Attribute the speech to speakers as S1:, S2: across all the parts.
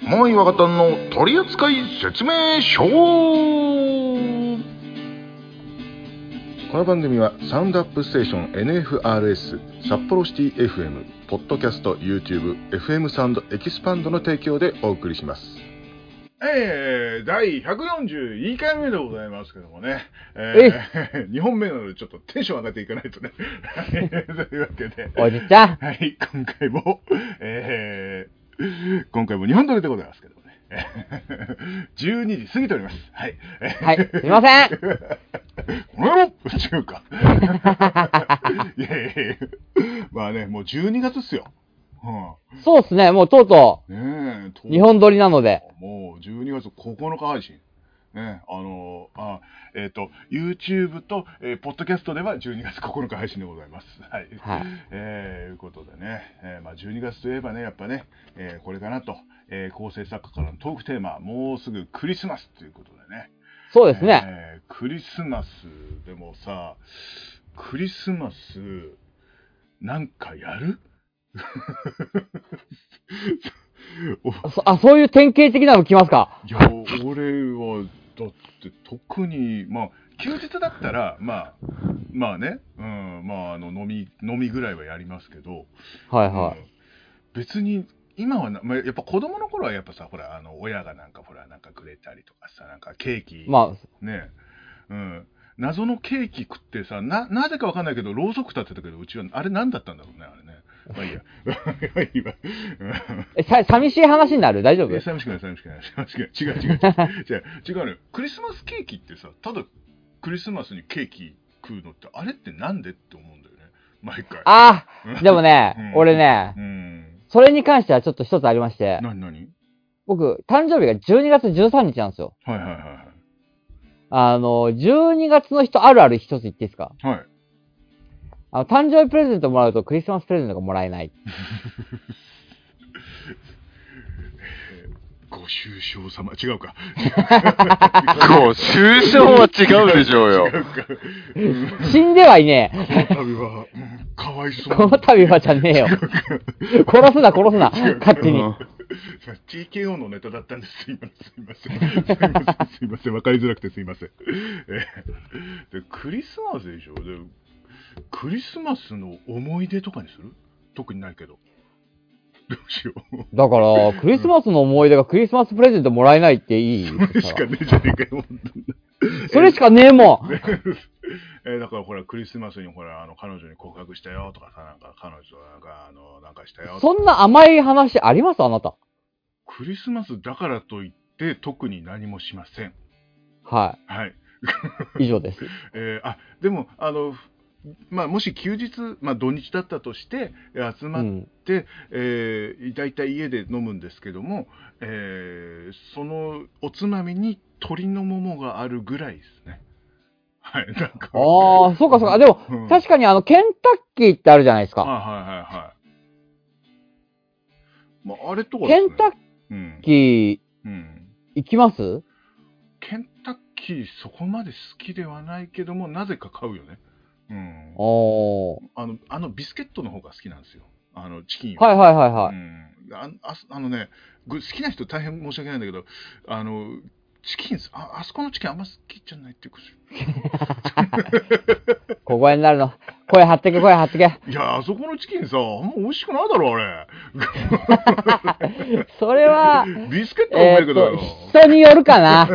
S1: もう岩方の取扱説明書
S2: この番組はサウンドアップステーション NFRS 札幌シティ FM ポッドキャスト YouTubeFM サウンドエキスパンドの提供でお送りします
S1: えー、第141回目でございますけどもね、 えー、2本目なのでちょっとテンション上がっていかないとね。 はいというわけで、
S3: おじちゃん。
S1: はい、今回も、えー、今回も2本撮りでございますけどもね、 えー12時過ぎております。はい。
S3: はい、すいません。
S1: この野郎違うか。いやいやいやまあね、もう12月っすよ。うん
S3: そうっすね、もうとうと
S1: ねえ、と
S3: う、日本撮りなので。
S1: もう12月9日配信。ね、あのあ、えっ、と、YouTube と、えー、ポッドキャストでは12月9日配信でございます。 はい。
S3: はい。
S1: えーいうことでね、えーまあ、12月といえばね、やっぱね、えーこれかなと、えー構成作家からのトークテーマ、もうすぐクリスマスということでね。
S3: そうですね。
S1: えークリスマス、でもさ、クリスマス、なんかやるお
S3: そあ、そういう典型的なの来ますか
S1: いや、俺は、だって特に、まあ、休日だったら、まあ、まあね、うん、まあ、あの、飲み、飲みぐらいはやりますけど、
S3: はいは
S1: うん別に、今はな、まあ、やっぱ子供の頃はやっぱさ、ほら、あの、親がなんか、ほら、なんかくれたりとかさ、なんかケーキ、
S3: い。まあ、
S1: ね、うん、謎のケーキ食ってさ、な、なぜかわかんないけど、ろうそく立ってたけど、うちは、あれ何だったんだろうね、あれね。まあいいや。 まあいいわうん
S3: え、さ、寂しい話になる大丈夫
S1: え寂しくない、寂しくない、寂しくない。違う、違う、違 う。違う、違うのよ。クリスマスケーキってさ、ただクリスマスにケーキ食うのって、あれってなんでって思うんだよね。毎回。
S3: あ
S1: うん
S3: でもね、
S1: うん
S3: 俺ね
S1: う、ん。
S3: それに関してはちょっと一つありまして、
S1: なになに
S3: 僕、誕生日が12月13日なんですよ。
S1: はいはいは
S3: あの、12月の人あるある一つ言っていいですか
S1: いはい。はい。
S3: あの、誕生日プレゼントもらうとクリスマスプレゼントがもらえない。
S1: ご愁傷様。違う か。
S4: ご終章は違うでしょうよ。
S3: 死んではいね
S1: この度は、うん、かわい
S3: え。
S1: そう。
S3: この度はじゃ ねえよ。殺すな、殺すな。勝手に。
S1: まあ TKO のネタだったんです。すいません、すいません。すいません、すいません。わかりづらくてすいません。えーでクリスマスでしょでクリスマスの思い出とかにする特にないけど。どうしよう。
S3: だから、クリスマスの思い出がクリスマスプレゼントもらえないっていい
S1: それしかねえじゃねえかよ、本当に。
S3: それしかねえもん。
S1: えーだからほら、クリスマスにほら、あの、彼女に告白したよとかさ、なんか、彼女なんか、あの、なんかしたよとか
S3: そんな甘い話ありますあなた。
S1: クリスマスだからといって、特に何もしません。
S3: は
S1: はい。
S3: い。以上です。
S1: えーあでもあの、まあ、もし休日、まあ、土日だったとしてえー集ま
S3: う
S1: って、
S3: ん。
S1: えー大体家で飲むんですけども、えーそのおつまみに鶏のももがあるぐらいですね。はい、なんか。
S3: ああ、そうかそうか。でも、
S1: うん
S3: 確かにあの、ケンタッキーってあるじゃないですか。
S1: はいはいはいはい。まあ、あれとか
S3: ケンタッ
S1: うん
S3: キー、
S1: うん
S3: 行きます
S1: ケンタッキーそこまで好きではないけども、なぜか買うよね。うん。
S3: おー。
S1: あの、あのビスケットの方が好きなんですよ。あの、チキンより
S3: はいはいはいは
S1: う
S3: い。
S1: ん、あああのねぐ好きな人大変申し訳ないんだけどあのチキンああそこのチキンあんま好きじゃないっていうか
S3: 小声になるの。声張ってけ、声張ってけ。
S1: いやあそこのチキンさあんま美味しくないだろあれ
S3: それ は、
S1: ビスケットはう
S3: え
S1: ま
S3: ー
S1: いけどよ、
S3: っと、人による かな。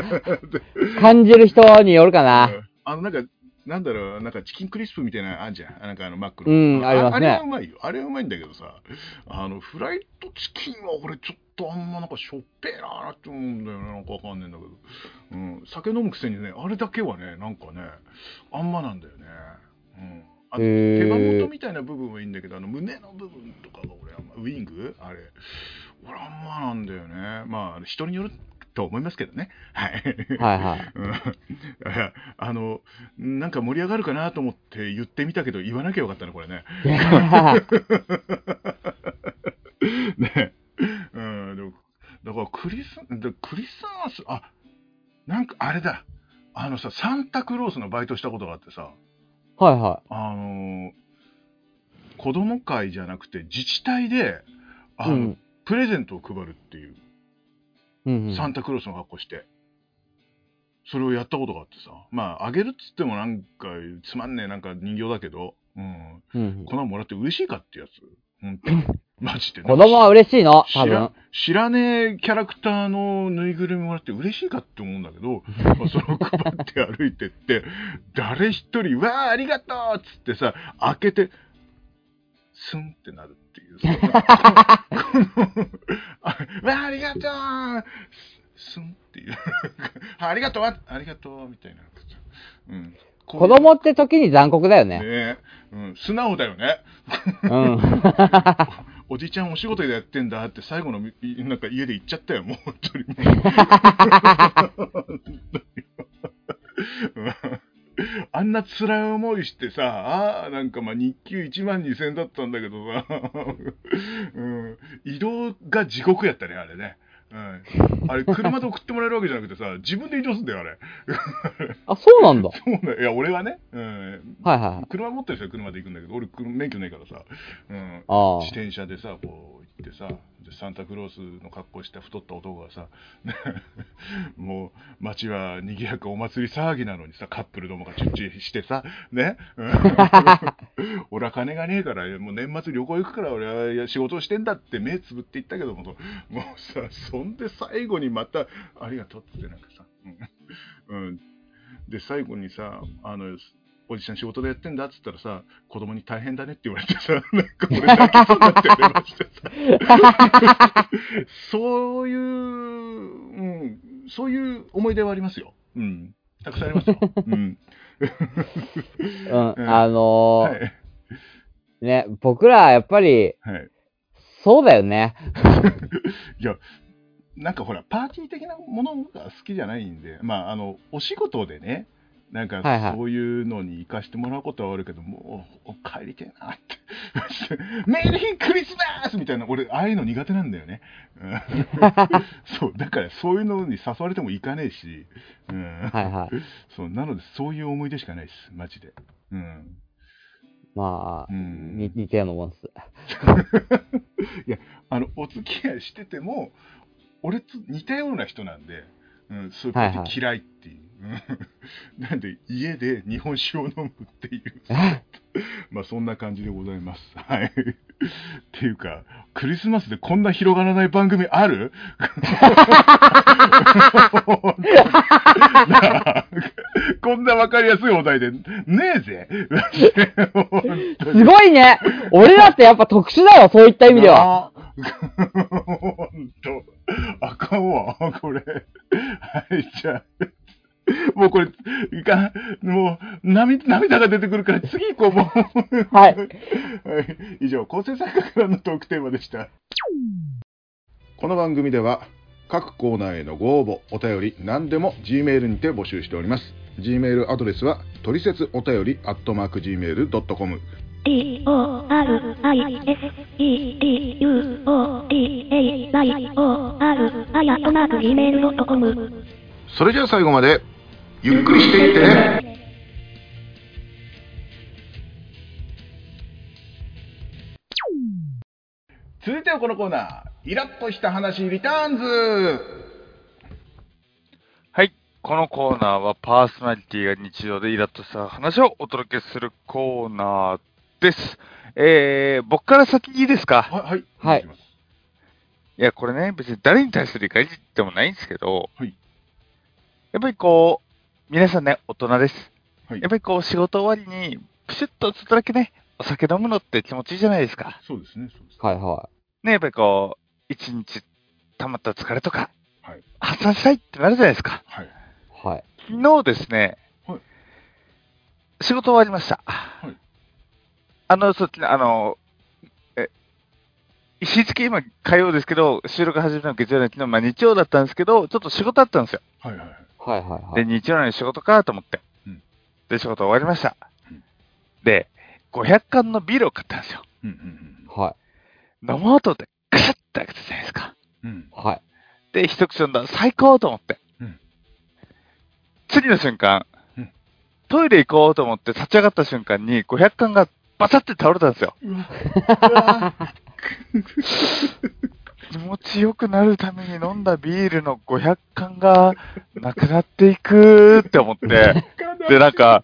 S3: 感じる人によるかな。
S1: あのなんかなんだろうなんかチキンクリスプみたいなのあんじゃんあなんかあのマックの、
S3: うんありますね
S1: あれはうまいよあれはうまいんだけどさあのフライドチキンは俺ちょっとあんまなんかしょっぺえなーって思うんだよねなんかわかんねえんだけど、うん、酒飲むくせにねあれだけはねなんかねあんまなんだよね、うん、あと
S3: へー
S1: 手羽元みたいな部分はいいんだけどあの胸の部分とかが俺あんまウィングあれ俺あんまなんだよねまあ人によると思いますけどねはい
S3: はいはい。
S1: うんいやあの、なんか盛り上がるかなと思って言ってみたけど、言わなきゃよかったね、これ ね。ね うん、でもだからクリス、でクリスマス、あなんかあれだ、あのさ、サンタクロースのバイトしたことがあってさ、
S3: はいは
S1: あの子供会じゃなくて、自治体で、あ
S3: い。う
S1: の
S3: ん。
S1: プレゼントを配るっていう
S3: うんうん。
S1: サンタクロースの格好して。それをやったことがあってさ。まあ、あげるっつってもなんか、つまんねえなんか人形だけど、うん。
S3: うんうん
S1: こんなのもらって嬉しいかってやつ。本当に。マジで、
S3: 子供は嬉しいの多
S1: 知ら
S3: 分。
S1: 知らねえキャラクターのぬいぐるみもらって嬉しいかって思うんだけ ど、まあそれを配って歩いてって、誰一人、わあ、ありがとうっつってさ、開けて、スンってなるっていうさ。このこのあわあ、ありがとうススンっていう。ありがとうわありがとうみたいな。うん、こうい
S3: 子
S1: う
S3: 供って時に残酷だよ
S1: ね
S3: ね。
S1: うん、素直だよね。
S3: うん。
S1: おじいちゃんお仕事でやってんだって最後のみなんか家で言っちゃったよ、 もう本当に。 うんあんな辛い思いしてさ、ああ、なんかまあ日給1万2000だったんだけどさ、 うん、移動が地獄やったね、あれね。うん、あれ、車で送ってもらえるわけじゃなくてさ、自分で移動すんだよ、あれ。
S3: あ、そうなんだ。
S1: そうねいや、俺はね、うん、
S3: はいはいはい。
S1: 車持ってる人は車で行くんだけど、俺、車免許ないからさ、うん、
S3: あ
S1: 自転車でさこう行ってさでサンタクロースの格好した太った男がさ もう街は賑やかお祭り騒ぎなのにさカップルどもがチュッチュしてさね、うん 俺は金がねえからもう年末旅行行くから俺はいや仕事をしてんだって目つぶって言ったけどももうさそんで最後にまた「ありがとう」ってなんかさ、うんうん、で最後にさあのおじさん仕事でやってんだっつったらさ、子供に大変だねって言われてさ、 なんか俺泣きそうになってありましてさ。そういう、うん、そういう思い出はありますよ。うん。たくさんありますよ。うん。
S3: あ。う
S1: うん
S3: ん。あの
S1: はい。
S3: ー、ね、僕らやっぱり、
S1: はい。
S3: そうだよね。
S1: いや、なんかほら、パーティー的なものが好きじゃないんで、まあ、あの、お仕事でね、なんか
S3: はいはい
S1: そういうのに行かしてもらうことはあるけど、もうお帰りてえ なって。メリークリスマスみたいな、俺、ああいうの苦手なんだよね。うん そう、だからそういうのに誘われても行かねえし、うん、
S3: はいはい。
S1: そうなのでそういう思い出しかないです、マジで。うん
S3: ま
S1: う
S3: あ、
S1: ん
S3: に似たようなもんです。
S1: あのお付き合いしてても俺と似たような人なんで、うん、そういうこと嫌いっていう、うん なんで家で日本酒を飲むっていう まあそんな感じでございますはいっていうかクリスマスでこんな広がらない番組ある 本当になあこんな分かりやすいお題でねえぜ本当に
S3: すごいね俺だってやっぱ特殊だよ、そういった意味で
S1: は。
S3: は。
S1: ほんと。あかんわ、これ。はい、じゃあ。もうこれ、いかん、もう、涙、涙が出てくるから、次行こう、もう。
S3: はい
S1: はい。以上、構成作家からのトークテーマでした。
S2: この番組では各コーナーへのご応募お便り何でも G メールにて募集しております G メールアドレスは取説お便り gmail.com
S5: D O R I S E T U O T A Y O R あやとなく gmail.com
S2: それじゃあ最後までゆっくりしていってね
S1: 続いてはこのコーナー、イラッとした話、リターンズ
S4: はい。このコーナーはパーソナリティが日常でイラッとした話をお届けするコーナーです。えー、僕から先いいですか
S1: はい、はい。
S3: はい
S1: お願します
S4: いや、これね、別に誰に対する怒りでもないんですけど、
S1: はい
S4: やっぱりこう、皆さんね、大人です。
S1: はい
S4: やっぱりこう、仕事終わりに、プシュッとちょっとだけね、お酒飲むのって気持ちいいじゃないですか。
S1: そうですね、そうですね。
S3: はいは
S4: ね、やっぱりこう、一日溜まった疲れとか、
S1: はい
S4: 発散したいってなるじゃないですか。
S1: はい。
S3: い。はい。
S4: 昨日ですね、
S1: はい
S4: 仕事終わりました。
S1: い
S4: あの、そっちの、あの、え、石付今火曜ですけど、収録始めたの月曜の昨日、まあ日曜だったんですけど、ちょっと仕事あったんですよ。
S1: はい、はい、はい。
S3: はいはいは
S4: で、
S3: い。
S4: 日曜なのに仕事かと思って。
S1: うん
S4: で、仕事終わりました。
S1: うん
S4: で、500缶のビールを買ったんですよ。
S1: うん、うん、
S3: は
S4: 飲もうと思って、カシャッて開けたじゃないですか。
S1: うん。うん
S3: い。はい。
S4: で、一口飲んだ。最高と思って。
S1: うん
S4: 次の瞬間、
S1: うん
S4: トイレ行こうと思って立ち上がった瞬間に500缶がバサって倒れたんですよ。
S1: うわうわ
S4: 気持ちよくなるために飲んだビールの500缶がなくなっていくって思って、で、なんか、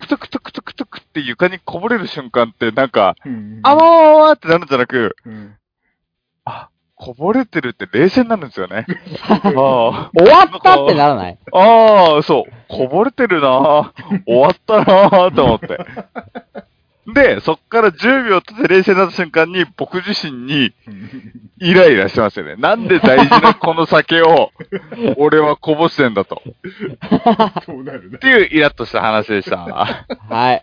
S4: くトくトくトくトくって床にこぼれる瞬間って、なんか、
S1: うん
S4: あわわわわってなるんじゃなく、
S1: うん
S4: あ、こぼれてるって冷静になるんです よね。あ
S3: 終わったってならない。
S4: あ、ああ、そう、こぼれてるなぁ終わったなぁと思って。で、そっから10秒経って冷静になった瞬間に、僕自身に、イライラしてますよね。なんで大事なこの酒を、俺はこぼしてんだと。
S1: そうなるね
S4: っていうイラッとした話でした。
S3: はい。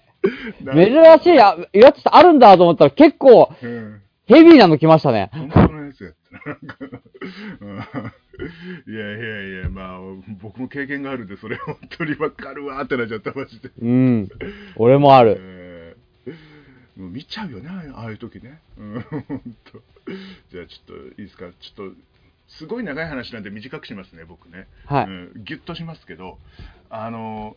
S1: な
S3: 珍しい、あイラッとしたあるんだと思ったら結構
S1: うん
S3: ヘビーなの来ましたね。
S1: 本当のやつやったななんかうんいやいやいや、まあ、僕も経験があるんで、それ本当にわかるわーってなっちゃった、マジで。
S3: うん。俺もある。
S1: えーもう見ちゃうよね、ああいう時ね。うん、ほんとじゃあ、ちょっといいですか、ちょっと、すごい長い話なんで短くしますね、僕ね。
S3: は
S1: う
S3: い。
S1: ん、ギュッとしますけど、あの、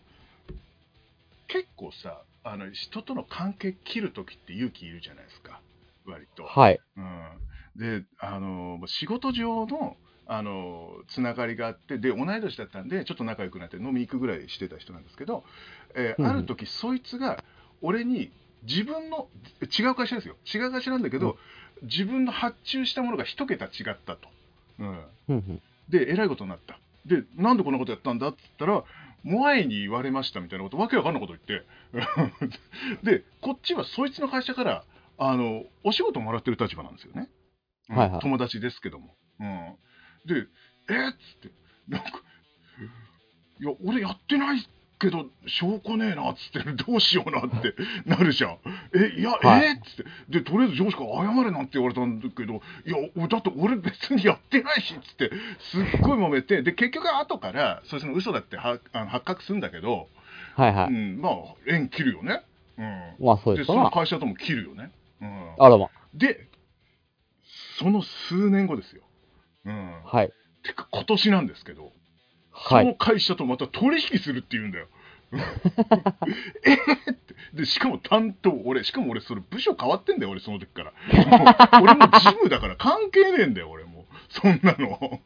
S1: 結構さ、あの人との関係切る時って勇気いるじゃないですか、割と。
S3: はい。
S1: うん、であの仕事上のあのつながりがあってで同い年だったんでちょっと仲良くなって飲み行くぐらいしてた人なんですけど、えー
S3: うんうん
S1: ある時そいつが俺に自分の違う会社ですよ違う会社なんだけど、自分の発注したものが一桁違ったと。うん
S3: うんうん
S1: で、えらいことになった。で、なんでこんなことやったんだって言ったら、モアイに言われましたみたいなこと、わけわかんないこと言って。 で、こっちはそいつの会社から、あの、お仕事もらってる立場なんですよね。うん
S3: はいはい
S1: 友達ですけども。うん。で、えっつって、なんか、いや、俺やってないけど、証拠ねえなっつって、 どうしような ってなるじゃん。え、いや、
S3: はい
S1: えっつって、で、とりあえず上司から謝れなんて言われたんだけど、いや、おだって俺別にやってないしっつって、すっごい揉めて、で、結局後から、そいつの嘘だってはあの発覚するんだけど、
S3: はいは
S1: う
S3: い。
S1: ん、まあ、縁切るよね。うん。
S3: まあそう
S1: で、
S3: です
S1: そ
S3: わ
S1: の
S3: な。
S1: 会社とも切るよね。うん。
S3: あらま。
S1: で、その数年後ですよ。うん。
S3: はい。
S1: てか、今年なんですけど、
S3: は
S1: そ
S3: い
S1: の。会社とまた取引するって言うんだよ。 えーってでしかも担当俺しかも俺それ部署変わってんだよ俺その時からもう俺もジムだから関係ねえんだよ俺もそんなの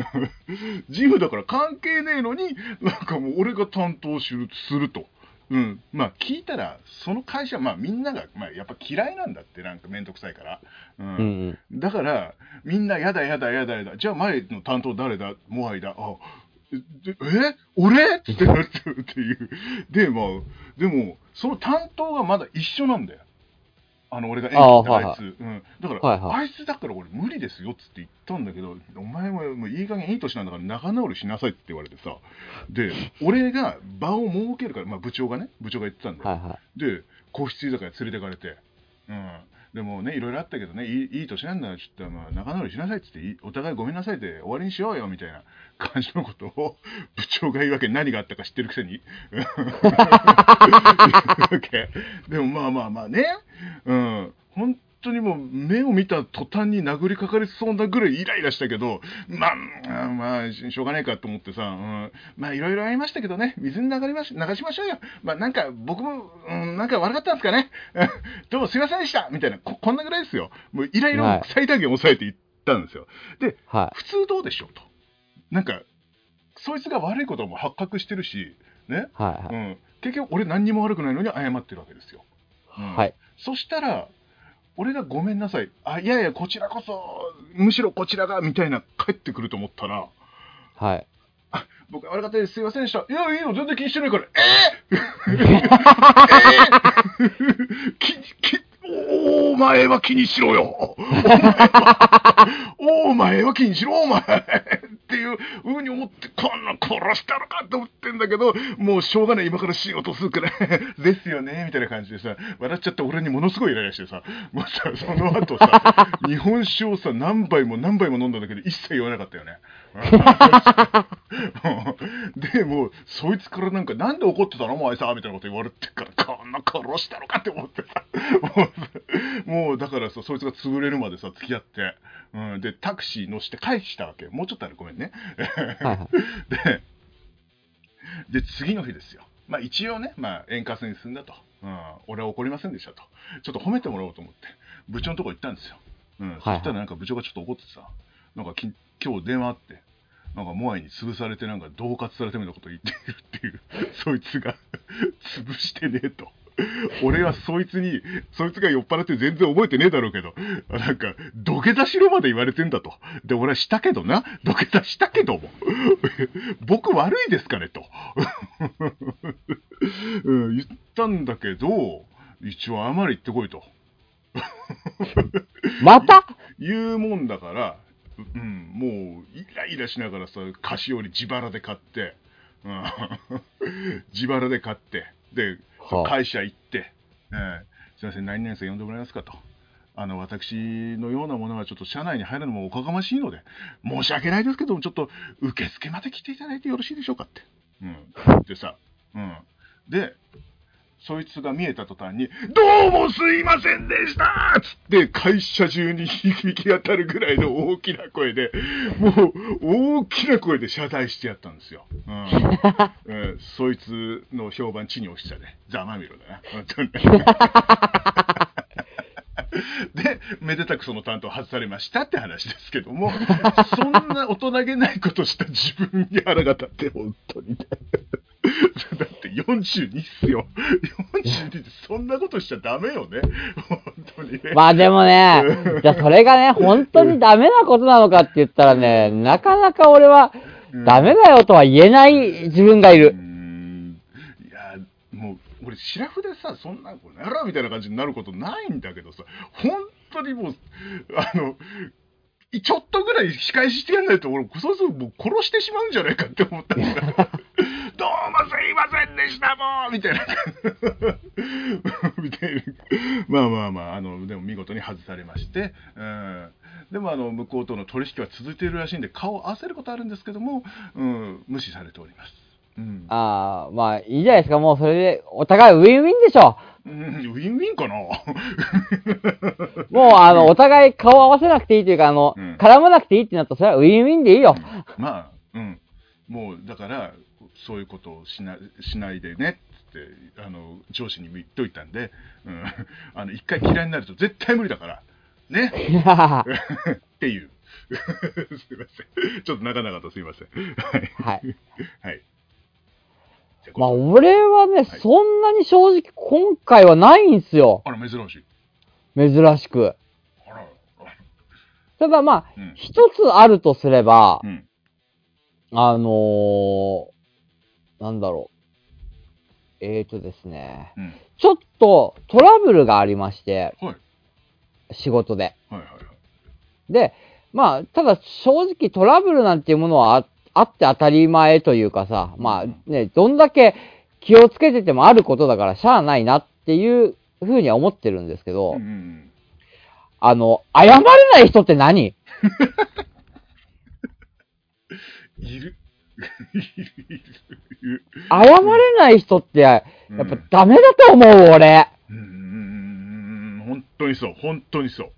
S1: ジムだから関係ねえのになんかもう俺が担当するすると。うん、まあ聞いたらその会社、まあ、みんなが、まあ、やっぱ嫌いなんだってなんか面倒くさいから、うん
S3: うんうん。
S1: だから、みんな、やだやだやだやだ、じゃあ前の担当誰だ、モアイだ、あでえ俺ってなっちゃうっていう。で、まあ、でも、その担当がまだ一緒なんだよ。あの、俺が演技したあいつ。うん、だから、
S3: はいは
S1: あいつだから俺無理ですよっつって言ったんだけど、お前はもういい加減いい年なんだから仲直りしなさいって言われてさ。で、俺が場を設けるから、まあ部長がね、部長が言ってたんだよ。
S3: はいは
S1: で個室居酒屋連れてかれて、うん、でもねいろいろあったけどねいいいい年なんだよちょっとまあ仲直りしなさいっつっていお互いごめんなさいで終わりにしようよみたいな感じのことを部長が言うわけ何があったか知ってるくせに言うわけでもまあまあまあね、うん、本当にもう目を見た途端に殴りかかりそうなぐらいイライラしたけどまあまあまあししょうがないかと思ってさ、うん、まあいろいろありましたけどね水に流れまし流しましょうよまあなんか僕も、うん、なんか悪かったんですかね どうもすいませんでしたみたいなここんなぐらいですよもうイライラを最大限抑えていったんですよ、
S3: い。は
S1: 普通どうでしょうとなんかそいつが悪いことも発覚してるしね、
S3: い。はいは
S1: う
S3: い。
S1: ん、結局俺何にも悪くないのに謝ってるわけですよ、うん
S3: はい。
S1: そしたら、俺がごめんなさい、あいやいや、こちらこそ、むしろこちらがみたいな、帰ってくると思ったら、
S3: はい。
S1: 僕、悪かったです、すいませんでした、いや、いいよ、全然気にしてないから、えー、えー、 ききおお前は気にしろよ、お前はお前は気にしろ、お前っていうふうに思って、こんなん殺したのかと思ってんだけど、もうしょうがない、今から仕事するから、ですよね、みたいな感じでさ、笑っちゃって、俺にものすごいイライラしてさ、もうさ、その後さ、日本酒をさ、何杯も何杯も飲んだんだけど、一切言わなかったよね。 でもうそいつからなんか「なんで怒ってたのお前さ」みたいなこと言われてからこんな殺したのかって思ってさ もうもうだからさそいつが潰れるまでさ付き合って、うん、でタクシー乗して返したわけもうちょっとあるごめんね
S3: はいはい。
S1: でで次の日ですよ、まあ、一応ね、まあ、円滑に進んだと、うん、俺は怒りませんでしたと、ちょっと褒めてもらおうと思って、部長のとこ行ったんですよ。うん、
S3: はい
S1: そしたらなんか部長がちょっと怒ってさ、なんかき今日電話あって、なんかモアイに潰されて、なんか恫喝されたようなこと言っているっていう、そいつが潰してねえと。俺はそいつに、そいつが酔っ払って全然覚えてねえだろうけど、あなんか、土下座しろまで言われてんだと。で、俺はしたけどな、土下座したけども、 僕悪いですかねと、 うん、言ったんだけど、一応謝り行ってこいと。
S3: また
S1: 言うもんだから、うん、もうイライラしながらさ菓子折り自腹で買って、うん 自腹で買ってで
S3: はあ
S1: 会社行って、えーすいません何々さん呼んでもらえますかと。あの私のようなものはちょっと社内に入るのもおかがましいので申し訳ないですけどもちょっと受付まで来ていただいてよろしいでしょうかって、うん、でさ、うん、でそいつが見えた途端に「どうもすいませんでした!」っつって会社中に響き当たるぐらいの大きな声でもう大きな声で謝罪してやったんですよ、うんえーそいつの評判地に落ちたねざまみろだな本当にでめでたくその担当外されましたって話ですけどもそんな大人げないことした自分に腹が立って本当にねだって42っすよ42ってそんなことしちゃダメよね本当にね、
S3: まあでもね、じゃあそれがね、本当にダメなことなのかって言ったらね、なかなか俺は、ダメだよとは言えない自分がいう
S1: ー
S3: る。
S1: んいやもう俺シラフでさそんなこの野郎みたいな感じになることないんだけどさ本当にもうあのちょっとぐらい仕返ししてやんないと俺そうするともう殺してしまうんじゃないかって思ったんだどうもすいませんでしたもうみたいな みたいなまあまあまああのでも見事に外されまして、うん、でもあの向こうとの取引は続いているらしいんで顔を合わせることあるんですけども、うん、無視されております。うん
S3: ああ、まあいいじゃないですか、もうそれで、お互いウィンウィンでしょ。
S1: うんウィンウィンかな
S3: もうあの、お互い顔合わせなくていいというか、あの、
S1: うん
S3: 絡まなくていいってなったら、それはウィンウィンでいいよ。
S1: まあ、うん。もう、だから、そういうことをしなしないでねってあの上司にも言っといたんで、うん、 あの一回嫌いになると絶対無理だから、ね っていう。 すいません。ちょっと長々とすいません。はい。
S3: はい。
S1: はい。ってこと
S3: まあ俺はね、
S1: はい
S3: そんなに正直今回はないんすよ。
S1: あら、珍しい。
S3: 珍しく。
S1: あら、
S3: ただまあ、
S1: うん。
S3: 一つあるとすれば
S1: う、ん。
S3: あのー、なんだろう。えーとですね、
S1: うん。
S3: ちょっとトラブルがありまして、
S1: はい。
S3: 仕事で。
S1: はいはいはい。
S3: で、まあ、ただ正直トラブルなんていうものはああって当たり前というかさ、まあね、どんだけ気をつけててもあることだからしゃあないなっていうふうには思ってるんですけど、
S1: うんうん
S3: あの、謝れない人って何
S1: うん、いる。 いる。いる。
S3: 謝れない人ってや
S1: うん
S3: っぱダメだと思う、俺。
S1: うーん本当にそう、本当にそう。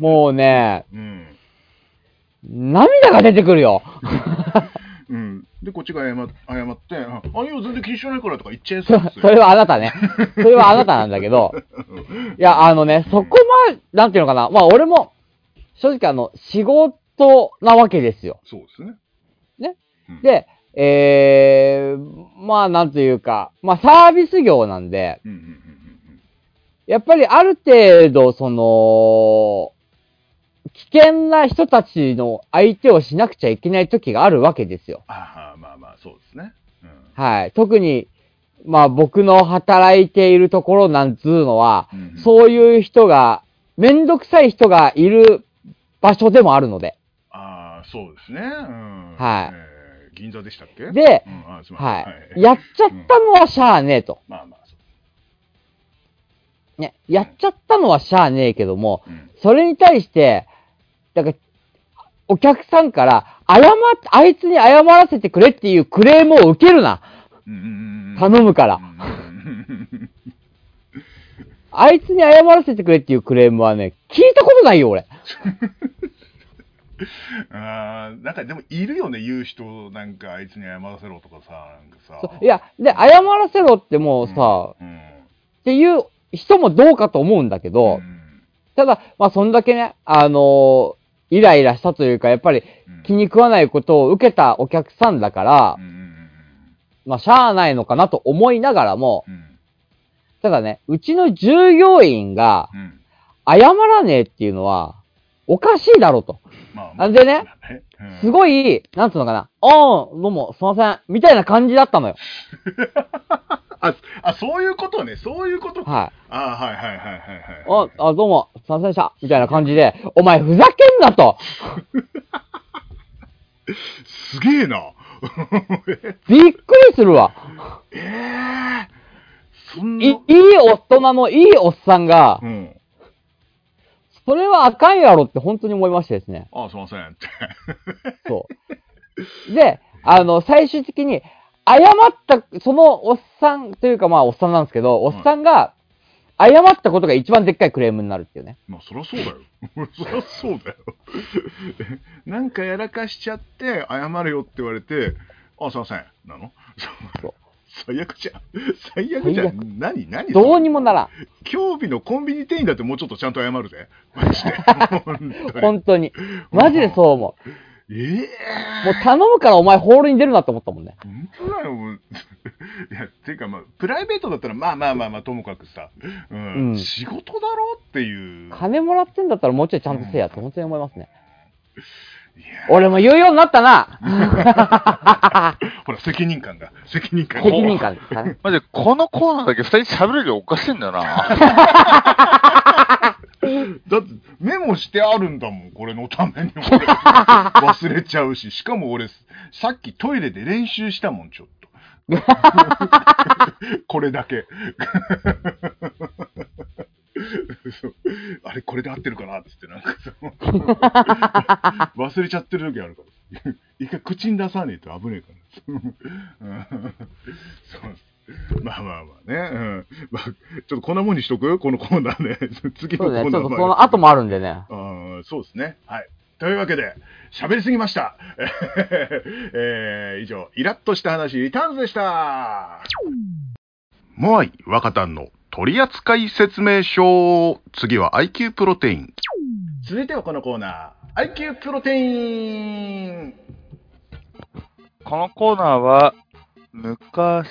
S3: もうね、
S1: うん。
S3: 涙が出てくるよ。
S1: うん。で、こっちが謝謝って、あ、あいいよ、全然気にしてないからとか言っちゃいそ
S3: そう
S1: です
S3: そ
S1: よ。
S3: れはあな たね。それはあなたなんだけど。いや、あのね、そこまで、なんていうのかな。まあ俺も、正直あの、仕事なわけですよ。
S1: そうですね。
S3: で、えー、まあなんというか、まあサービス業なんで、
S1: うんうん
S3: やっぱりある程度、その、危険な人たちの相手をしなくちゃいけない時があるわけですよ。
S1: ああ、まあまあ、そうですね。うん
S3: はい。特に、まあ僕の働いているところなんつうのは、
S1: うんうん。
S3: そういう人が、めんどくさい人がいる場所でもあるので。
S1: ああ、そうですね。うん。
S3: はい
S1: えー銀座でしたっけ
S3: で
S1: うん、あーすいません
S3: は
S1: はい
S3: い。やっちゃったのはしゃあねえと。
S1: まあまあ、そう。
S3: ね。やっちゃったのはしゃあねえけども、
S1: うん。
S3: それに対して、だから、お客さんから、謝っ、あいつに謝らせてくれっていうクレームを受けるな。
S1: うんうんうんうん。
S3: 頼むから。
S1: うんうん
S3: あいつに謝らせてくれっていうクレームはね、聞いたことないよ、俺。
S1: うん。ああ、なんかでもいるよね、言う人、なんかあいつに謝らせろとかさ、なんかさ。
S3: いや、で、謝らせろってもうさ、
S1: うん、
S3: っていう人もどうかと思うんだけど、
S1: うん
S3: ただ、まあ、そんだけね、あのーイライラしたというか、やっぱり
S1: うん
S3: 気に食わないことを受けたお客さんだから
S1: う、んうん
S3: まあ、しゃあないのかなと思いながらも、
S1: うんうん
S3: ただね、うちの従業員が
S1: うん
S3: 謝らねえっていうのは、おかしいだろうと。
S1: まあま
S3: あ
S1: あ
S3: でね、
S1: うん
S3: すごい、なんつうのかな、あーどうも、すいません、みたいな感じだったのよ。
S1: ああそういうことねそういうことか
S3: はい。
S1: あはいはいはいはいは
S3: あ
S1: い、
S3: あどうも、すいませんでした。みたいな感じで、お前ふざけんなと、
S1: すげえな
S3: びっくりするわ。
S1: ええそん
S3: い、いい
S1: な
S3: 大人のいいおっさんが
S1: う、ん
S3: それはあかんやろって本当に思いましてですね。
S1: あすいません って
S3: そう。で、あの、最終的に、謝った、そのおっさんというか、まあ、おっさんなんですけど、おっさんが、謝ったことが一番でっかいクレームになるっていうね。
S1: まあそりゃそうだよ。 そりゃそうだよ。 なんかやらかしちゃって謝るよって言われて、あ、すいません、なの
S3: そう
S1: 最悪じゃん。最悪じゃ
S3: 最悪
S1: ん。何何
S3: どうにもなら
S1: 今日日のコンビニ店員だってもうちょっとちゃんと謝るぜ。マ ジで。
S3: ん。
S1: 本
S3: 本当に。マジでそう思う。
S1: 当に。え
S3: もう頼むからお前ホールに出るなと思ったもんね。
S1: え本当だよ。 もういや、ていうかまあ、プライベートだったら、まあまあまあまあ、ともかくさ、うん、
S3: うん
S1: 仕事だろっていう。
S3: 金もらってんだったらもうちょいちゃんとせえやって本当に思いますね。
S1: いや
S3: 俺も言うようになったな
S1: ほら、責任感が。責任感
S3: 責任 感ですかね。
S4: マジで、このコーナーだけ二人喋る量おかしいんだよな。
S1: だってメモしてあるんだもん、これのために 俺。忘れちゃうし、しかも俺、さっきトイレで練習したもん、ちょっと。 これだけ。 そうあれ、これで合ってるかなっつって、なんかさ、忘れちゃってる時あるから。一回口に出さねえと危ねえから。うんそうまあまあまあね、うんまあ。ちょっとこんなもんにしとくこのコーナーね。 次のコー
S3: そう
S1: ナ
S3: ね、
S1: ー
S3: ちょっとそ
S1: まで
S3: の後もあるんでね。
S1: あーそうですね。はい。というわけで、喋りすぎました。 えー以上、イラッとした話、リターンズでした。
S2: モアイ若旦の取扱説明書次は IQ プロテイン
S1: 続いてはこのコーナー、IQ プロテイン
S4: このコーナーは、昔、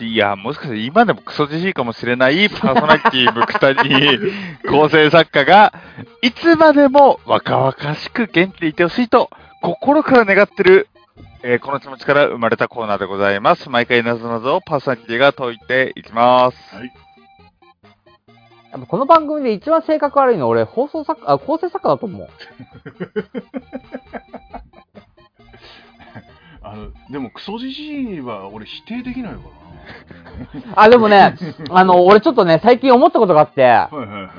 S4: いや、もしかして今でもクソじじいかもしれないパーソナリティムクタニ構成作家が、いつまでも若々しく元気でいてほしいと、心から願ってる、 えーこの気持ちから生まれたコーナーでございます。毎回謎々をパーソナリティが解いていきます。
S3: やっぱこの番組で一番性格悪いの俺、放送作家、あ、構成作家だと思う。
S1: あの、でも、クソじじいは俺否定できないか
S3: あ、でもね、 あの、俺ちょっとね、最近思ったことがあって
S1: ら。、はいはいは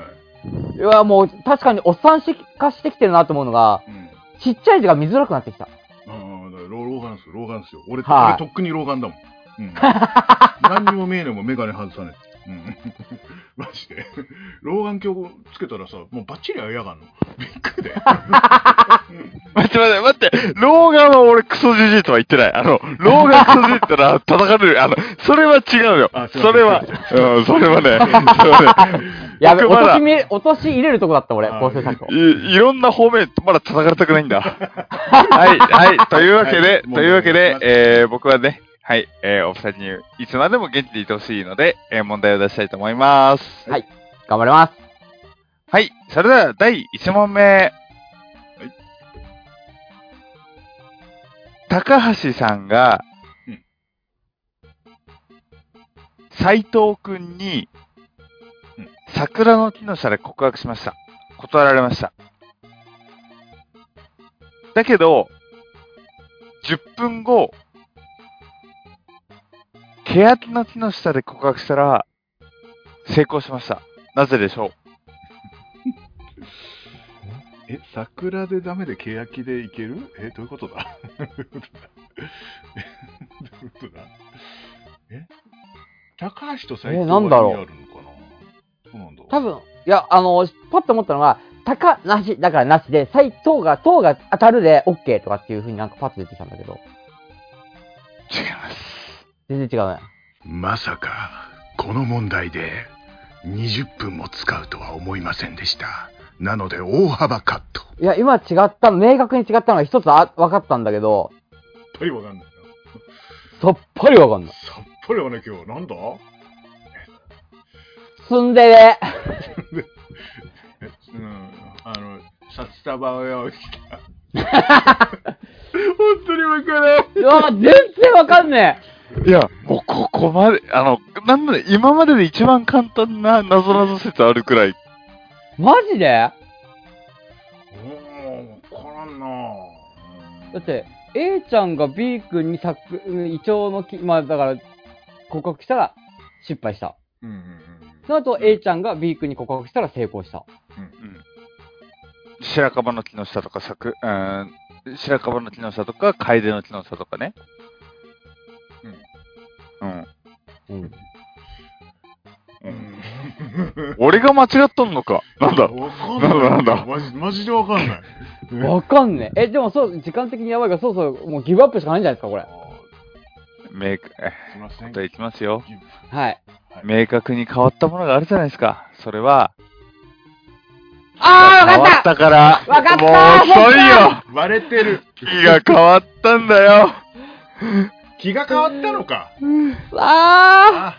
S1: い。
S3: いや、もう確かにおっさんし化してきてるなと思うのが、
S1: うん。
S3: ちっちゃい字が見づらくなってきた。
S1: あーだから老老眼ですよ、老眼ですよ。俺、
S3: はい
S1: 俺とっくに老眼だもん。うん、何にも見えないもん、眼鏡外さねえ。うん、 マジで。老眼鏡つけたらさ、もうバッチリあやがんの。びっくりだよ。
S4: 待って待って待って、老眼は俺クソじじいとは言ってない。あの、老眼クソじじいってのは叩かれる。あの、それは違うよ
S1: あ。すいません
S4: それは、うん、それはね、それはね
S3: やべ、
S4: 僕ま
S3: 落
S4: だ
S3: としみ、落とし入れるとこだった俺、
S1: あ
S3: 構成作家を。
S4: い、いろんな方面、まだ叩かれたくないん だ。はい、はい、というわけ
S1: は
S4: で
S1: い、
S4: というわけ
S1: も
S4: で
S1: う、
S4: えー、僕はね、はい、えー、お二人にいつまでも元気でいてほしいので、えー、問題を出したいと思います。
S3: 頑張ります。
S4: はい、それでは第1問目。高橋さんが
S1: うん、
S4: 斎、藤くんに
S1: うん、
S4: 桜の木の下で告白しました。断られました。だけど、10分後、欅の木の下で告白したら、成功しました。なぜでしょう
S1: え、桜でダメで欅でいけるえ、どういうことだ どういうことだえどういうことだえ高橋と斎藤
S3: えなんだろ
S1: は
S3: う
S1: 意味あるのかなそうなんだ。
S3: 多分、いや、あの、パッと思ったのが、高、なし、だからなしで、最、等が、等が当たるで、OK とかっていう風になんかパッと出てきたんだけど、
S4: 違います。
S3: 全然違うね。
S2: まさかこの問題で20分も使うとは思いませんでしたなので大幅カット。
S3: いや、今違ったの、明確に違ったのが一つあ分かったんだけど、
S1: ぱりわかんないな。
S3: さっぱり分かんない。
S1: さっぱりわかんない今日。なんだ
S3: ツンデレ
S1: えうん。あの、札束を用意した。 本当にわからない。
S3: うわ、全然分かんね
S4: いや、もうここまで、あの、なんだね、今までで一番簡単な謎謎説あるくらい、
S3: えマジでだ
S1: おー、わからんなぁ。
S3: って、A ちゃんが B 君に作、胃腸のき、まあだから、告白したら失敗した。
S1: うんうん
S3: その後、A ちゃんが B 君に告白したら成功した。
S4: 白樺の木の下とか咲く、うん、白樺の木の下とか、楓の木の下とかね。うん。
S3: うん。
S1: うん。うん
S4: 俺が間違っとんのか。なんだ。
S1: わかんない。
S4: なんだなんだ
S1: マジマジでわかん ない。
S3: わかんねえ。え、でもそう、時間的にやばいから、そうそう、もうギブアップしかないんじゃないですか、これ。
S1: あ
S4: 明確、え
S1: ーすいません。
S4: 答えいきますよ。
S3: はい。
S4: 明確に変わったものがあるじゃないですか。それは、
S3: あー、
S4: 変
S3: わ
S4: わ
S3: か
S4: っ
S3: った
S4: たから、
S3: わかった
S4: もう遅いよ
S1: 割れてる。
S4: 気が変わったんだよ
S1: 気が変わったのか。
S3: あ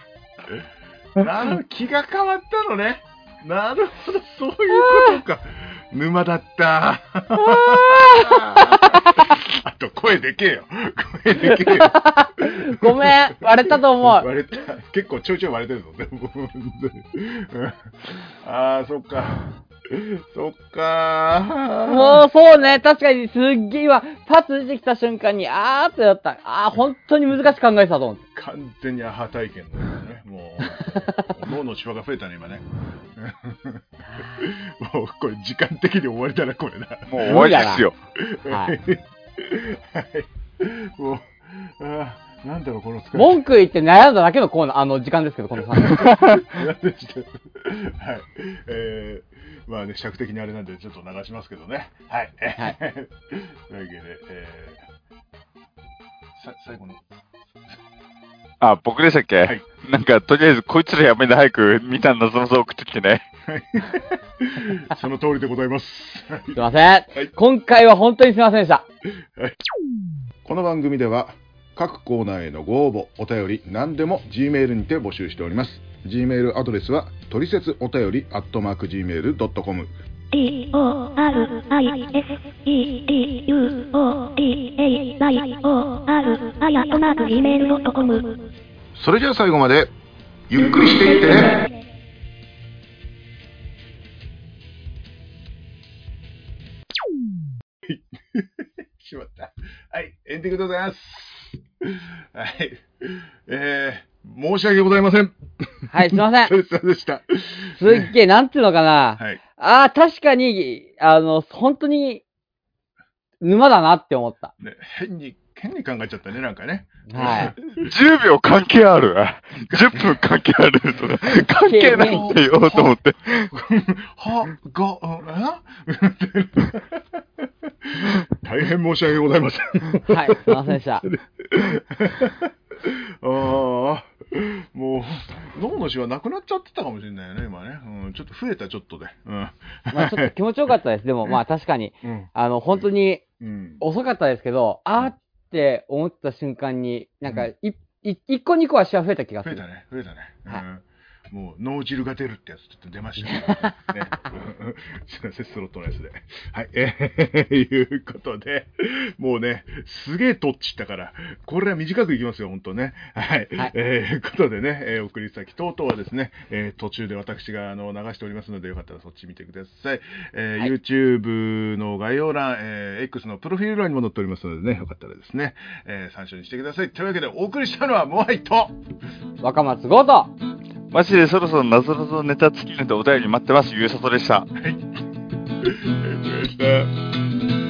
S1: あなる気が変わったのね。なるほど、そういうことか。沼だった。あと、声でけえよ。声でけえよ。
S3: ーごめん割れたと思う
S1: 割れた。結構ちょいちょい割れてるぞ。で もうんああ、そっか。そっか。
S3: もうそうね、確かにすっげえ今、パッと出てきた瞬間に、あーってなった。あー、本当に難しく考えてたと思って。
S1: 完全にアハ体験だよ ね。もう、脳のシワが増えたね、今ね。もう、これ、時間的に終わりだな、これな。
S4: もう終わりですよ。
S3: はい
S1: はい。もう、ああ、なんだろう、この疲れ。
S3: 文句言って悩んだだけのコーナー、あの時間ですけど、この3人。
S1: でしたはい。えー、まあね、尺的にあれなんで、ちょっと流しますけどね。はい。
S3: はい
S1: というわけで、えー、さ 最後の、
S4: あ、僕でしたっけ、
S1: はい
S4: なんか、とりあえず、こいつらやめて早く、みんな謎々送ってきてね。
S1: その通りでございます。はい
S3: すいません、今回は本当にすいませんでした。
S2: この番組では各コーナーへのご応募お便り何でも G メールにて募集しております G メールアドレスは「トリセツお便り」「アットマーク Gmail.com」
S5: D-O-R-I-S-E-D-U-O-T-A-Y-O-R あやとマーク Gmail.com
S2: それじゃあ最後までゆっくりしていってね
S1: しまった。はい、エンディングでございます。はい。えー、申し訳ございません。
S3: はい、すいません
S1: そ。うでした。
S3: すっげえ、なんていうのかな。
S1: はい。
S3: ああ、確かに、あの、本当に、沼だなって思った。
S1: ね、変に、変に考えちゃったね、なんかね。
S3: はい。
S4: 10秒関係ある ?10 分関係ある とか関係ないんだよ、と思って。
S1: は、が、 え大変申し訳ございません。
S3: はい、すいません でした。
S1: ああ、もう、脳の死はなくなっちゃってたかもしれないよね、今ね。うん、ちょっと増えた、ちょっとで。うん。
S3: まあ、ちょっと気持ちよかったです。でも、まあ、確かに、
S1: うん。
S3: あの、本当に
S1: うん。
S3: 遅かったですけど、あーって思った瞬間に、なんか、い、い一個二個は足は増えた気がす
S1: 増え
S3: る
S1: た。ね、増えたね。
S3: はい
S1: うん、もう、脳汁が出るってやつ、ちょっと出ました ね。 ねうんすいません、スロットのやつで。はい、えー、いう ことで、もうね、すげえとっちったから、これは短くいきますよ、ほんとね。はい。
S3: はい
S1: えーいうことでね、えー送り先等々はですね、えー途中で私があの流しておりますので、よかったらそっち見てください。えー
S3: はい
S1: YouTube の概要欄、えー X のプロフィール欄にも載っておりますのでね、よかったらですね、えー参照にしてください。というわけで、お送りしたのは、モアイと
S3: 若松豪と、
S4: マジでそろそろ謎々ネタ尽きるのでお便り待ってます。ゆうさとでした。
S1: It's bad.